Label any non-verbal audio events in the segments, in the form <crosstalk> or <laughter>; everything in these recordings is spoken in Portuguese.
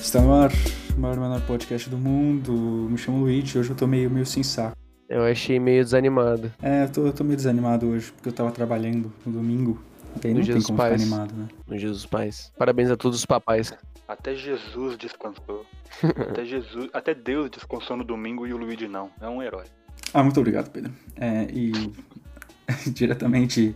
Está no ar, o maior menor podcast do mundo. Me chamo Luigi, hoje eu tô meio, meio sem saco. Eu achei meio desanimado. É, eu tô, eu tô meio desanimado hoje, porque eu tava trabalhando no domingo. Até aí No não Dia tem dos como Pais. ficar animado, né? No Dia dos Pais. Parabéns a todos os papais. Até <laughs> Jesus descansou. até Jesus, até Deus descansou no domingo e o Luigi não. É um herói. Ah, muito obrigado, Pedro. É, e <laughs> diretamente,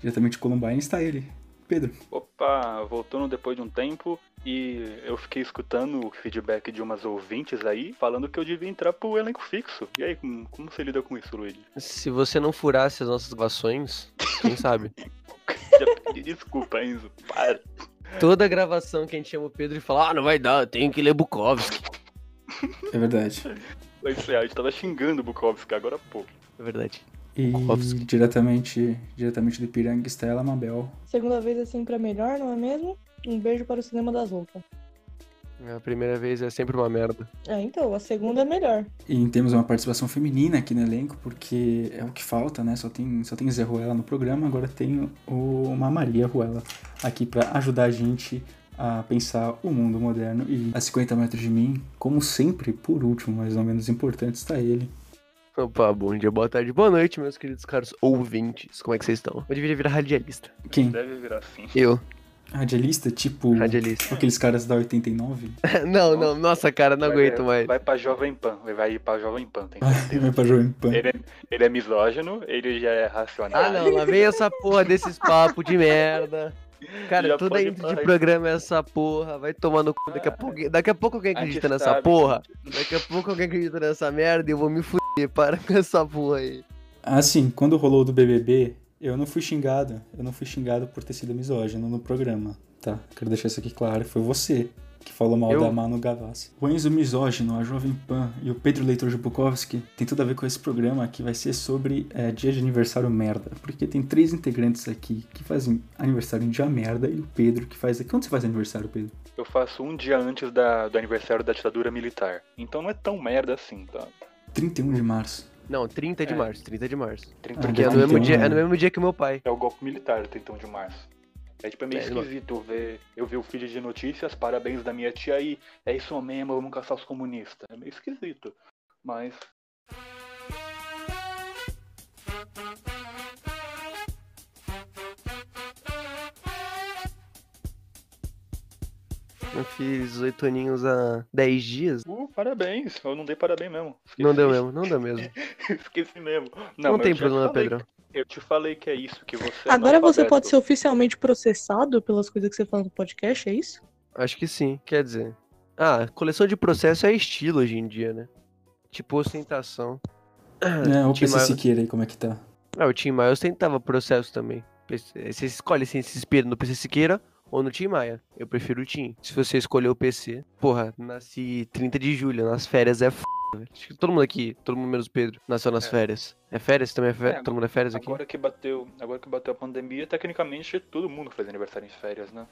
diretamente de Columbine está ele, Pedro. Opa, voltando depois de um tempo e eu fiquei escutando o feedback de umas ouvintes aí falando que eu devia entrar pro elenco fixo. E aí, como, como você lida com isso, Luigi? Se você não furasse as nossas gravações, quem sabe? Já pedi Desculpa, Enzo. Para. <laughs> Toda gravação que a gente chama o Pedro e fala, ah, não vai dar, eu tenho que ler Bukowski. É verdade. Mas, é, a gente tava xingando o Bukowski agora há pouco. É verdade. E Kofsky. diretamente, diretamente do Piranga está ela, Mabel. Segunda vez assim pra melhor, não é mesmo? Um beijo para o cinema das loucas. A primeira vez é sempre uma merda. É, então, a segunda é melhor. E temos uma participação feminina aqui no elenco, porque é o que falta, né? Só tem, só tem Zé Ruela no programa, agora tem o, uma Maria Ruela aqui pra ajudar a gente a pensar o mundo moderno. E a 50 metros de mim, como sempre, por último, mas não menos importante, está ele. Opa, bom dia, boa tarde, boa noite, meus queridos caros ouvintes. Como é que vocês estão? Eu deveria virar radialista. Quem? Deve virar assim. Eu, Radialista? Tipo, radialista. <laughs> aqueles caras da 89? não, não, nossa, cara, não Vai- aguento mais. Vai pra Jovem Pan. Vai ir pra Jovem Pan, tem <laughs> certeza. Vai pra Jovem Pan. ele, é, ele é misógino, ele já é racional. Ah, não, lá vem essa porra desses papos de merda. Cara, Já toda pode intro de parar. programa é essa porra. Vai tomar no cu. Daqui a pouco, daqui a pouco alguém A gente acredita nessa sabe. porra. Daqui a pouco alguém acredita nessa merda e eu vou me fuder. Para com essa porra aí. Assim, quando rolou do BBB, eu não fui xingado. Eu não fui xingado por ter sido misógino no programa, tá? Quero deixar isso aqui claro. Foi você que falou mal Eu? da Manu Gavassi. O Enzo Misógino, a Jovem Pan e o Pedro Leitor de Bukowski tem tudo a ver com esse programa que vai ser sobre é, dia de aniversário merda. Porque tem três integrantes aqui que fazem aniversário em dia merda e o Pedro que faz... Quando você faz aniversário, Pedro? Eu faço um dia antes da- do aniversário da ditadura militar. Então não é tão merda assim, tá? 31 de março. Não, 30 de É. março, 30 de março. 30 Ah, Porque é no então, mesmo dia, né? é no mesmo dia que meu pai. É o golpe militar, 31 de março. É tipo, é meio É, não- esquisito ver. Eu vi o feed de notícias, parabéns da minha tia aí. É isso mesmo, vamos caçar os comunistas. É meio esquisito. Mas. Eu fiz 18 aninhos há 10 dias. Uh, parabéns! Eu não dei parabéns mesmo. <laughs> Esqueci. Não deu mesmo, não deu mesmo. Esqueci mesmo. Não, mas eu tem te problema, falei- Pedro. Eu te falei que é isso que você. é Agora você analfabeto. pode ser oficialmente processado pelas coisas que você fala no podcast, é isso? Acho que sim, quer dizer. Ah, coleção de processo é estilo hoje em dia, né? Tipo ostentação. É, o Tim PC Maia- Siqueira aí, como é que tá? Ah, o Tim Maia ostentava processo também. PC Você escolhe assim, se se inspira no PC Siqueira ou no Tim Maia. Eu prefiro o Tim. Se você escolher o PC, porra, nasci 30 de julho, nas férias é f... velho. Acho que todo mundo aqui, todo mundo menos o Pedro, nasceu nas É. férias. É férias? Também é férias? É, todo mundo é férias aqui? Agora que bateu. Agora que bateu a pandemia, tecnicamente todo mundo faz aniversário em férias, né?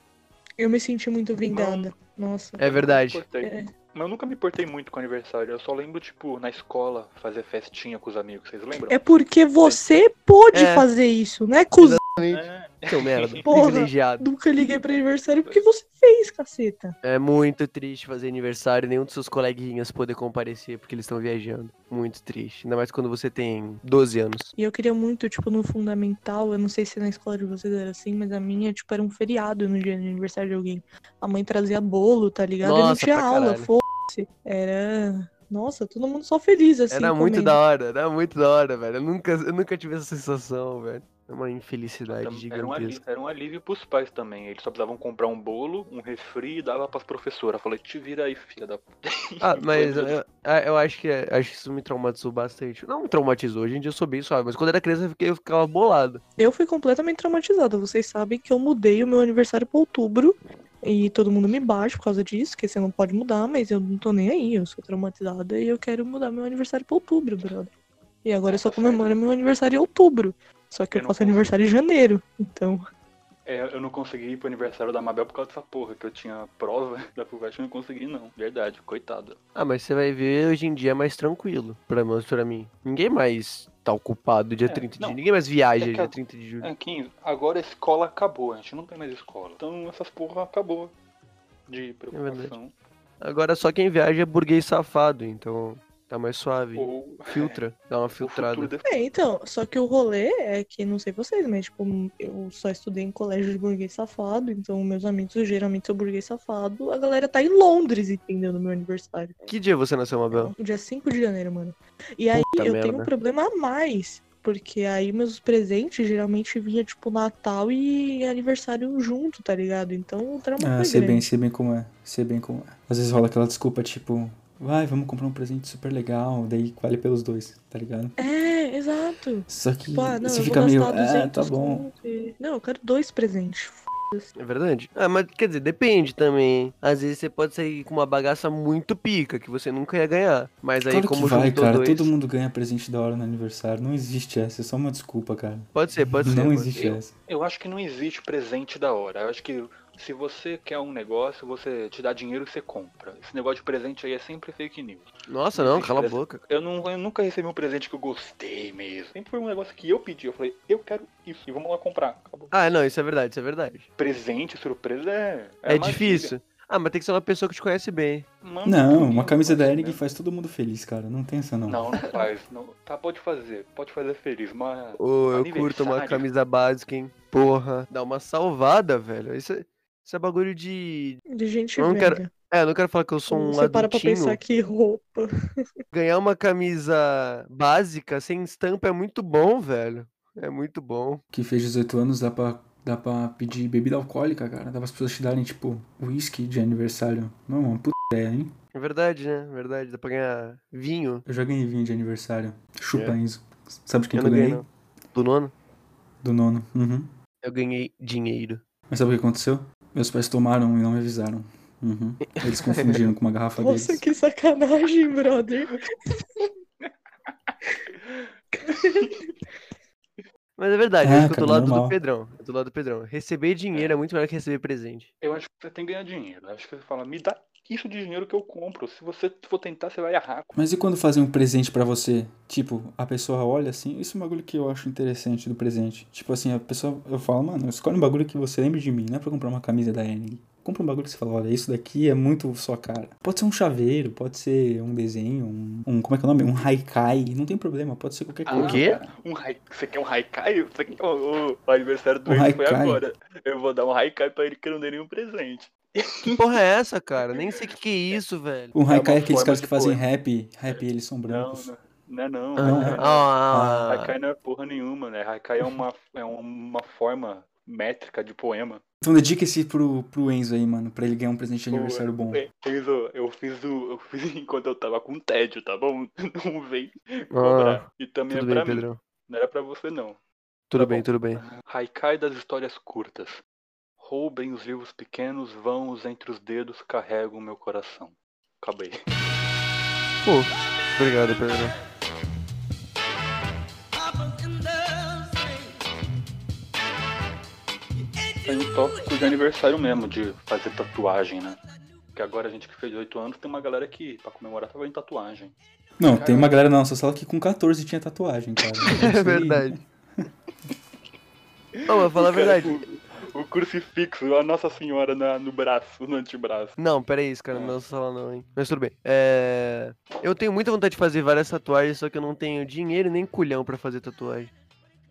Eu me senti muito vingada. Nossa. É verdade. Importei. É. Mas eu nunca me importei muito com aniversário. Eu só lembro, tipo, na escola, fazer festinha com os amigos. Vocês lembram? É porque você pôde É. fazer isso, né, cuzão? É, Seu <laughs> merda. Porra. Privilegiado. Nunca liguei pra aniversário porque você fez, caceta. É muito triste fazer aniversário e nenhum dos seus coleguinhas poder comparecer porque eles estão viajando. Muito triste. Ainda mais quando você tem 12 anos. E eu queria muito, tipo, no fundamental, eu não sei se é na escola de vocês era assim, mas a minha, tipo, era um feriado no dia de aniversário de alguém. A mãe trazia bolo, tá ligado? eu não Nossa, tinha pra aula, caralho. foda-se. Era. Nossa, todo mundo só feliz, assim. Era muito comendo. da hora, era muito da hora, velho. Eu nunca, eu nunca tive essa sensação, velho. É uma infelicidade era, um gigantesca. alívio, era um alívio pros pais também. Eles só precisavam comprar um bolo, um refri e dava pras professoras. Eu Falei, te vira aí, filha da puta. Ah, mas Foi- eu, ah, eu acho que é- acho que isso me traumatizou bastante. Não me traumatizou, hoje em dia eu sou bem suave, mas quando eu era criança eu, fiquei, eu ficava bolado. Eu fui completamente traumatizada. Vocês sabem que eu mudei o meu aniversário pra outubro. E todo mundo me bate por causa disso, que você não pode mudar, mas eu não tô nem aí, eu sou traumatizada e eu quero mudar meu aniversário pra outubro, brother. E agora eu só Tá certo. comemoro meu aniversário em outubro. Só que Eu eu, não faço consigo. aniversário em janeiro, então. É, eu não consegui ir pro aniversário da Mabel por causa dessa porra, que eu tinha prova <laughs> da FUVEST e não consegui, não. Verdade, coitada. Ah, mas você vai ver, hoje em dia é mais tranquilo pra, mim- pra mim. Ninguém mais tá ocupado dia É, 30 de não. julho, ninguém mais viaja É que dia a- 30 de julho. É, 15. Agora a escola acabou, a gente não tem mais escola. Então essas porra acabou de preocupação. Agora só quem viaja é burguês safado, então tá mais suave. Ou Filtra, dá uma o futuro filtrada. de- É, então, só que o rolê é que, não sei vocês, mas, tipo, eu só estudei em colégio de burguês safado, então meus amigos geralmente são burguês safado. A galera tá em Londres, entendeu? No meu aniversário. é- Que dia você nasceu, Mabel? Dia 5 de janeiro, mano. E aí Puta eu merda. tenho um problema a mais. Porque aí meus presentes geralmente vinha, tipo, Natal e aniversário junto, tá ligado? Então o trauma Ah, foi sei grande. bem, sei bem como é. Sei bem como é. Às vezes rola aquela desculpa, tipo, vai, vamos comprar um presente super legal, daí vale pelos dois, tá ligado? É, exato. Só que Tipo, ah, não, você eu fica vou meio, gastar ah, 200 tá bom. conto e- Não, eu quero dois presentes. É verdade? Ah, mas quer dizer, depende também. Às vezes você pode sair com uma bagaça muito pica, que você nunca ia ganhar. Mas aí, claro como que vai, juntou cara. dois. Todo mundo ganha presente da hora no aniversário. Não existe essa, é só uma desculpa, cara. Pode ser, pode ser. Não pode existe ser. essa. Eu acho que não existe presente da hora. Eu acho que se você quer um negócio, você te dá dinheiro e você compra. Esse negócio de presente aí é sempre fake news. Nossa, não, cala a boca. Eu, não, eu nunca recebi um presente que eu gostei mesmo. Sempre foi um negócio que eu pedi. Eu falei, eu quero isso. E vamos lá comprar. Acabou. Ah, não, isso é verdade, isso é verdade. Presente, surpresa é. É, magia. difícil. Ah, mas tem que ser uma pessoa que te conhece bem. Manda pra Não, mim, uma camisa da posso, Eric né? faz todo mundo feliz, cara. Não tem essa, não. <laughs> Não, não faz. Não. Tá, pode fazer. Pode fazer feliz. Mas. Ô, eu Aniversário. curto uma camisa básica, hein? Porra, dá uma salvada, velho. Isso é, isso é bagulho de. De gente Eu não velha. quero- É, eu não quero falar que eu sou um Hum, Você para pra adultinho. pensar que roupa. Ganhar uma camisa básica sem estampa é muito bom, velho. É muito bom. Que fez 18 anos, dá pra, dá pra pedir bebida alcoólica, cara. Dá as pessoas te darem, tipo, uísque de aniversário. Não, uma puta ideia, hein? É verdade, né? É verdade. Dá pra ganhar vinho. Eu já ganhei vinho de aniversário. Chupa, É. Enzo. Sabe de quem eu que eu não ganhei? ganhei, não. Do nono? Do nono. Uhum. Eu ganhei dinheiro. Mas sabe o que aconteceu? Meus pais tomaram e não me avisaram. Uhum. Eles confundiram com uma <laughs> garrafa Nossa, deles. que sacanagem, brother. Mas é verdade, É, eu tô cara, do lado normal. do Pedrão. Eu tô do lado do Pedrão. Receber dinheiro é muito melhor que receber presente. Eu acho que você tem que ganhar dinheiro. Eu acho que você fala, me dá isso de dinheiro que eu compro. Se você for tentar, você vai errar. Mas e quando fazem um presente pra você? Tipo, a pessoa olha assim, isso é um bagulho que eu acho interessante do presente. Tipo assim, a pessoa, eu falo, mano, escolhe um bagulho que você lembre de mim, não é pra comprar uma camisa da Henning. Compra um bagulho que você fala, olha, isso daqui é muito sua cara. Pode ser um chaveiro, pode ser um desenho, um, um- como é que é o nome? Um haikai, não tem problema, pode ser qualquer Ah, coisa. quê? cara. Um hai... Você quer um haikai? Você quer... O, o- o aniversário do Um Enzo foi haikai? agora. Eu vou dar um haikai pra ele que eu não dei nenhum presente. Que porra é essa, cara? Nem sei o que, que é isso, velho. Um haikai é uma aqueles forma caras de que fazem pôr. rap, rap eles são Não, brancos. não, não é não. não, haikai não. não é- Ah, ah, Haikai não é porra nenhuma, né? Haikai é uma, é uma forma métrica de poema. Então dedica esse pro, pro Enzo aí, mano, pra ele ganhar um presente de aniversário bom. Enzo, eu fiz o. Eu fiz <laughs> enquanto eu tava com tédio, tá bom? <laughs> Não vem cobrar. e também Ah. tudo é bem, pra mim. Pedrão. Não era pra você, não. Tudo Tá bem, bom. tudo bem. Haikai das histórias curtas. Roubem os livros pequenos, vão-os entre os dedos, carregam meu coração. Acabei. Pô, obrigado, Pedrão. <laughs> Tem um tópico de aniversário mesmo, de fazer tatuagem, né? Porque agora a gente que fez 18 anos tem uma galera que, pra comemorar, tava em tatuagem. Não, tem uma galera na nossa sala que com 14 tinha tatuagem, cara. Isso É aí- verdade. Não, mas falar a verdade. O, o crucifixo, a Nossa Senhora na- no braço, no antebraço. Não, pera aí, isso, cara, não é sala não, hein. Mas tudo bem. É... Eu tenho muita vontade de fazer várias tatuagens, só que eu não tenho dinheiro e nem culhão pra fazer tatuagem.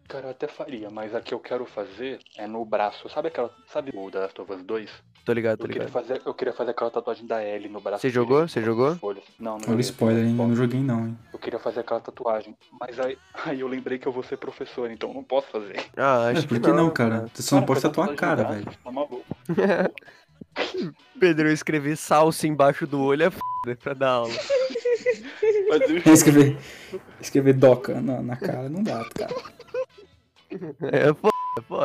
Cara, eu até faria, mas a que eu quero fazer é no braço. Sabe aquela. Sabe o The Last of Us 2? Tô ligado, tô Eu queria, Tá ligado. fazer, eu queria fazer aquela tatuagem da Ellie no braço. Você dele, jogou? com Você jogou? as folhas. Não, não Olha o joguei. spoiler, hein? Eu não joguei não, hein? Eu queria fazer aquela tatuagem. Mas aí, <laughs> aí eu lembrei que eu vou ser professor, então eu não posso fazer. Ah, Mas acho É, por que que não, não, cara? Você só não pode fazer tatuar a cara, tatuagem no velho. <laughs> braço, Tá maluco. Pedro, eu escrevi salsa embaixo do olho é foda pra dar aula. É Mas eu- Escrever, escrever doca na, na cara não dá, cara. É foda, é foda.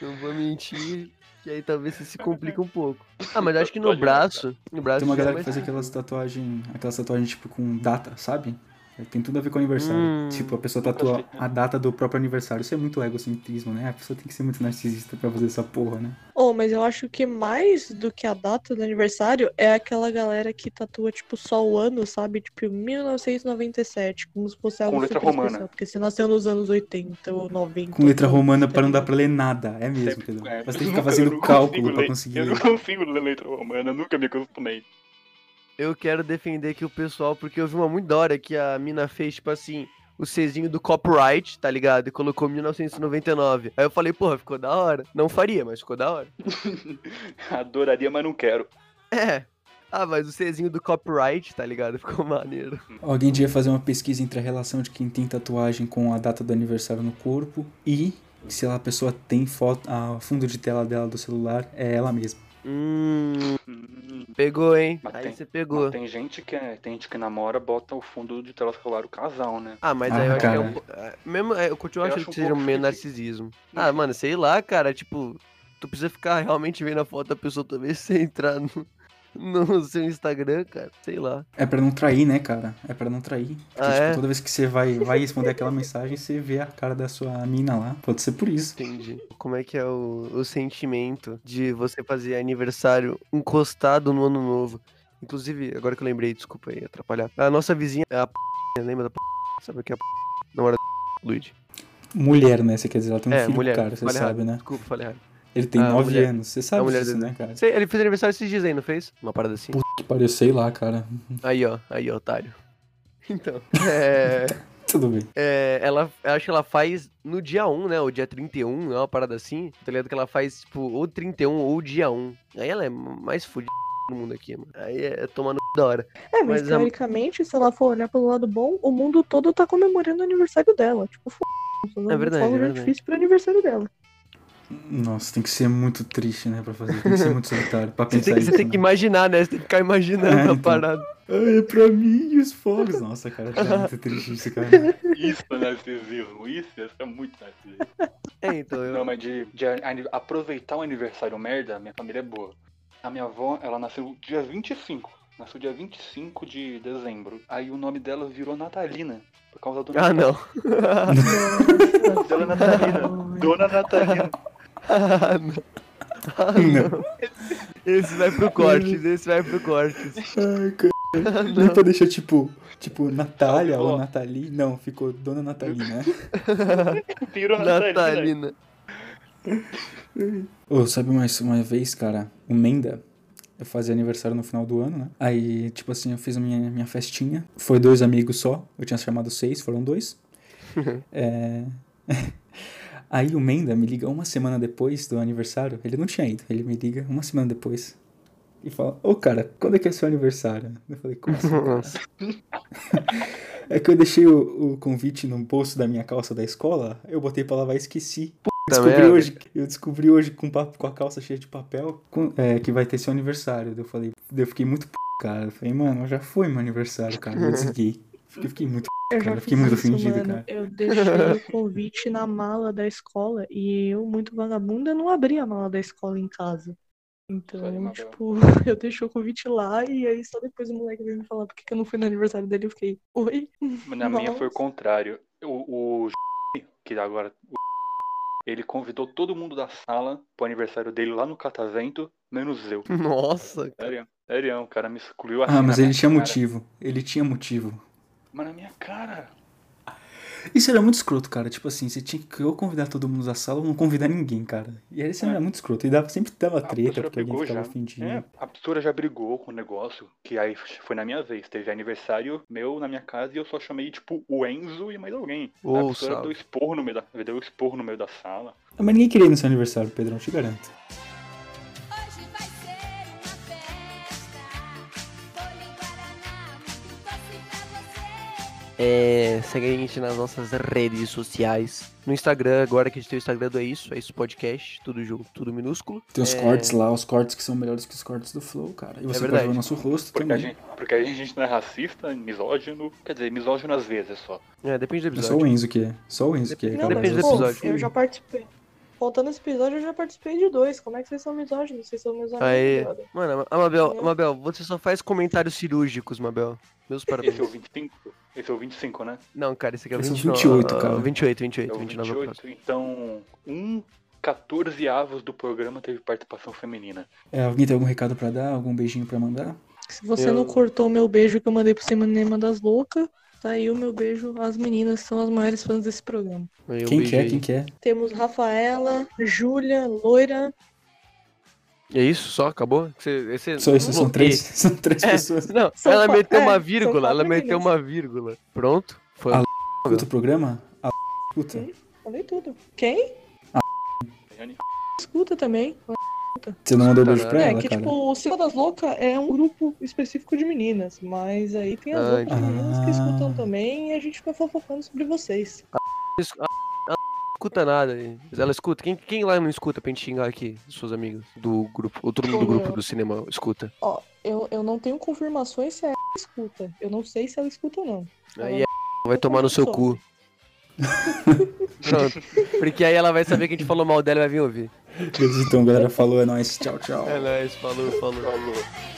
Não vou mentir, que aí talvez você se complica um pouco. Ah, mas eu acho que Tô no ligado, braço, no braço... Tem uma já é galera que faz mais aquelas tatuagens, aquelas tatuagens tipo com data, sabe? É, Tem tudo a ver com aniversário. Hum. tipo, a pessoa Nunca tatua sei. a data do próprio aniversário. Isso é muito egocentrismo, né? A pessoa tem que ser muito narcisista pra fazer essa porra, né? Oh, mas eu acho que mais do que a data do aniversário é aquela galera que tatua, tipo, só o ano, sabe? Tipo, 1997, como se fosse algo letra super romana. especial, porque você nasceu nos anos 80 ou 90. Com letra então- romana pra não dar pra ler nada. É mesmo, entendeu? É, <laughs> Você tem que eu ficar nunca- eu fazendo não cálculo consigo pra ler. conseguir Eu ler. não consigo ler letra romana, eu nunca me acostumei. Eu quero defender aqui o pessoal, porque eu vi uma muito da hora que a mina fez, tipo assim, o Czinho do copyright, tá ligado? E colocou 1999. Aí eu falei, porra, ficou da hora. Não faria, mas ficou da hora. <laughs> Adoraria, mas não quero. É. Ah, mas o Czinho do copyright, tá ligado? <laughs> Ficou maneiro. Alguém devia fazer uma pesquisa entre a relação de quem tem tatuagem com a data do aniversário no corpo e se a pessoa tem foto, a fundo de tela dela do celular é ela mesma. Hum, Hum, pegou, hein? Mas Aí tem- você mas pegou. tem gente que é- tem gente que namora, bota o fundo de tela celular o casal, né? Ah, mas Ah, aí eu acho que é um cara. po- é, Mesmo, é, eu continuo Eu achando acho que um seja pouco meio difícil. narcisismo. Ah, mano, sei lá, cara, tipo, tu precisa ficar realmente vendo a foto da pessoa talvez <laughs> sem entrar no, no seu Instagram, cara, sei lá. É pra não trair, né, cara? É pra não trair. Porque, Ah, tipo, é? toda vez que você vai, vai responder <laughs> aquela mensagem, você vê a cara da sua mina lá. Pode ser por isso. Entendi. Como é que é o, o sentimento de você fazer aniversário encostado no ano novo? Inclusive, agora que eu lembrei, desculpa aí atrapalhar. A nossa vizinha, a p... lembra da p... Sabe o que é a p... Namora da Luigi. Mulher, né? Você quer dizer, ela tem um É, filho mulher, com cara, você falei sabe, errado. né? Desculpa, falei errado. Ele tem Ah, nove mulher. anos. Você A sabe mulher disso, dele. né, cara? Sei, Ele fez aniversário esses dias aí, não fez? Uma parada assim. Que pariu, sei lá, cara. <laughs> Aí, ó. Aí, ó, otário. Então, <laughs> é, Tudo bem. é, ela, eu acho que ela faz no dia 1, né? Ou dia 31, é uma parada assim. Tá ligado que ela faz, tipo, ou 31 ou dia 1. Aí ela é mais fudida do mundo aqui, mano. Aí é tomando da hora. É, mas, Mas a- teoricamente, se ela for olhar pelo lado bom, o mundo todo tá comemorando o aniversário dela. Tipo, f***. É verdade, é verdade. difícil pro aniversário dela. Nossa, tem que ser muito triste, né, pra fazer. Tem que ser <laughs> muito solitário pra Você pensar tem, que, isso, você tem né? que imaginar, né? Você tem que ficar imaginando É, a então. parada. Ah, é pra mim e os fogos. Nossa, cara, é muito triste isso, cara. Isso é narcisismo, isso, isso é muito narcisismo. É, então, eu... Não, mas de, de ani- aproveitar o aniversário merda, minha família é boa. A minha avó, ela nasceu dia 25. Nasceu dia 25 de dezembro. Aí o nome dela virou Natalina. Por causa do Ah, não. <laughs> Natal. Dela é Natalina. <laughs> Dona Natalina. Ah, não. Ah, <laughs> não. Esse vai pro cortes, esse vai pro cortes. Ai, cara. Nem pra deixar, tipo, tipo, Natália Salve, ou vó. Nathalie. Não, ficou Dona Nathalie, né? Virou Natalina. Natalina. Ô, sabe mais uma vez, cara, o Menda, eu fazia aniversário no final do ano, né? Aí, tipo assim, eu fiz a minha, minha festinha. Foi dois amigos só. Eu tinha chamado seis, foram dois. <laughs> É, Aí o Menda me liga uma semana depois do aniversário. Ele não tinha ido. Ele me liga uma semana depois. E fala, ô cara, quando é que é seu aniversário? Eu falei, como assim? cara?" Nossa. É que eu deixei o, o convite no bolso da minha calça da escola, eu botei pra lavar e esqueci. Eu Puta descobri, merda. hoje, eu descobri hoje com, papo, com a calça cheia de papel com- é, que vai ter seu aniversário. Daí Eu falei, daí eu fiquei muito p, cara. Eu falei, mano, já foi meu aniversário, cara. Eu <laughs> desliguei. Fiquei, fiquei muito p. Eu Cara, eu já fiquei fiz muito isso, ofendido, mano. cara. Eu deixei <laughs> o convite na mala da escola e eu, muito vagabunda, não abri a mala da escola em casa. Sorry, Então, Mabel. tipo, <laughs> eu deixei o convite lá e aí só depois o moleque veio me falar porque que eu não fui no aniversário dele. Eu fiquei, oi? Na minha foi o Nossa. contrário. O, o que agora. o Ele convidou todo mundo da sala pro aniversário dele lá no Catavento, menos eu. Nossa, cara. Sério, sério, o cara me excluiu assim. Ah, mas na ele minha tinha cara. motivo. Ele tinha motivo. Mas na minha cara. Isso era muito escroto, cara. Tipo assim, você tinha que ou convidar todo mundo da sala ou não convidar ninguém, cara. E aí isso É. Ah, era muito escroto. E dava, sempre dava A treta professora porque alguém brigou ficava já. ofendido. É, a professora já brigou com o negócio, que aí foi na minha vez. Teve aniversário meu na minha casa e eu só chamei, tipo, o Enzo e mais alguém. Aí Ô, a professora salve. deu esporro, no meio da, deu esporro no meio da sala. Ah, Mas ninguém queria ir no seu aniversário, Pedrão, te garanto. Hoje vai ser uma festa. Bolo em Guaraná, muito doce pra você. É, segue a gente nas nossas redes sociais. No Instagram, agora que a gente tem o Instagram do É Isso, É Isso Podcast, tudo junto, tudo minúsculo. Tem os É. cortes lá, os cortes que são melhores que os cortes do Flow, cara. E você pode verdade. ver o nosso rosto Porque a, também. gente, porque a gente não é racista, misógino. Quer dizer, misógino às vezes só. É, depende do É só episódio. o Enzo que é. Só o Enzo que é. Não, cara. Depende mas, do pô, episódio. eu já participei. Contando esse episódio, eu já participei de dois. Como é que vocês são misóginos? Vocês são misóginos. Aí. brother. Mano, Amabel, Amabel, você só faz comentários cirúrgicos, Mabel. Meus parabéns. Esse é o 25? Esse é o 25, né? Não, cara, esse aqui é o Esse é o 29. 28, cara. 28, É 28, o 29 é o próximo. 28. Então, um 14 avos do programa teve participação feminina. É, alguém tem algum recado pra dar? Algum beijinho pra mandar? Se você Eu- não cortou o meu beijo que eu mandei pro Semanema das Loucas, tá aí o meu beijo às meninas que são as maiores fãs desse programa. Eu quem beijei. quer, quem quer? Temos Rafaela, Júlia, Loira, É isso? Só? Acabou? Você, você Só isso, são três, <laughs> são três É. pessoas. Não, São ela quatro- meteu é, uma são vírgula, quatro ela meteu linhas. uma vírgula. Pronto? Foi Ah, Escuta o programa? A puta. É. Falei tudo. Quem? Daiane. Escuta também. Você não mandou beijo Tá, pra é, ela, que cara? tipo, o Cima das Loucas é um grupo específico de meninas, mas aí tem as Ah, outras meninas que entendi. escutam também e a gente fica fofocando sobre vocês. Esc- a- a- não escuta nada. hein? Ela escuta. Quem, quem lá não escuta pra gente xingar aqui? Seus amigos do grupo. Ou todo mundo do Sou grupo eu. do cinema escuta. Ó, eu, eu não tenho confirmações se ela escuta. Eu não sei se ela escuta ou não. Aí é, <laughs> vai tomar no seu cu. Pronto. Porque aí ela vai saber que a gente falou mal dela e vai vir ouvir. Então, galera, falou, é nóis. Tchau, tchau. É nóis, falou, falou. Falou. Vem é